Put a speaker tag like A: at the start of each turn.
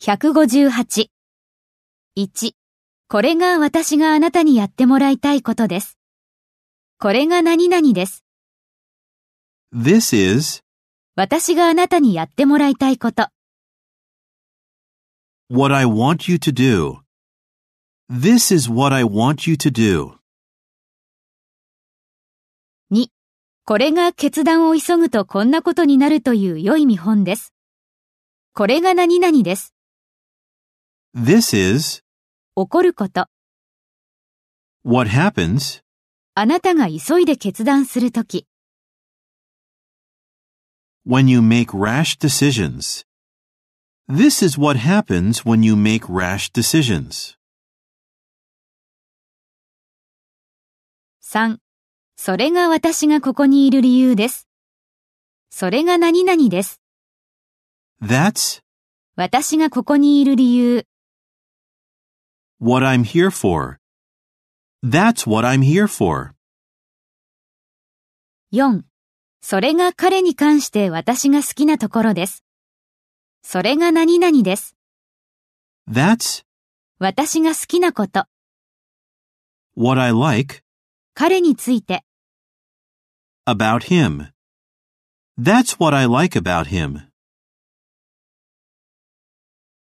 A: 158。1. これが私があなたにやってもらいたいことです。これが何々です。
B: This is
A: 私があなたにやってもらいたいこと。
B: what I want you to do. This is what I want you to do.
A: これが決断を急ぐとこんなことになるという良い見本です。これが何々です。
B: This is
A: 起こること。
B: what happens
A: あなたが急いで決断するとき。
B: when you make rash decisions. This is what happens when you make rash decisions.
A: 3. それが私がここにいる理由です。それが何々です。
B: That's
A: 私がここにいる理由。
B: what I'm here for. That's what I'm here for.
A: 4. それが彼に関して私が好きなところです。それが何々です。
B: That's
A: 私が好きなこと。
B: what I like
A: 彼について。
B: about him. That's what I like about him.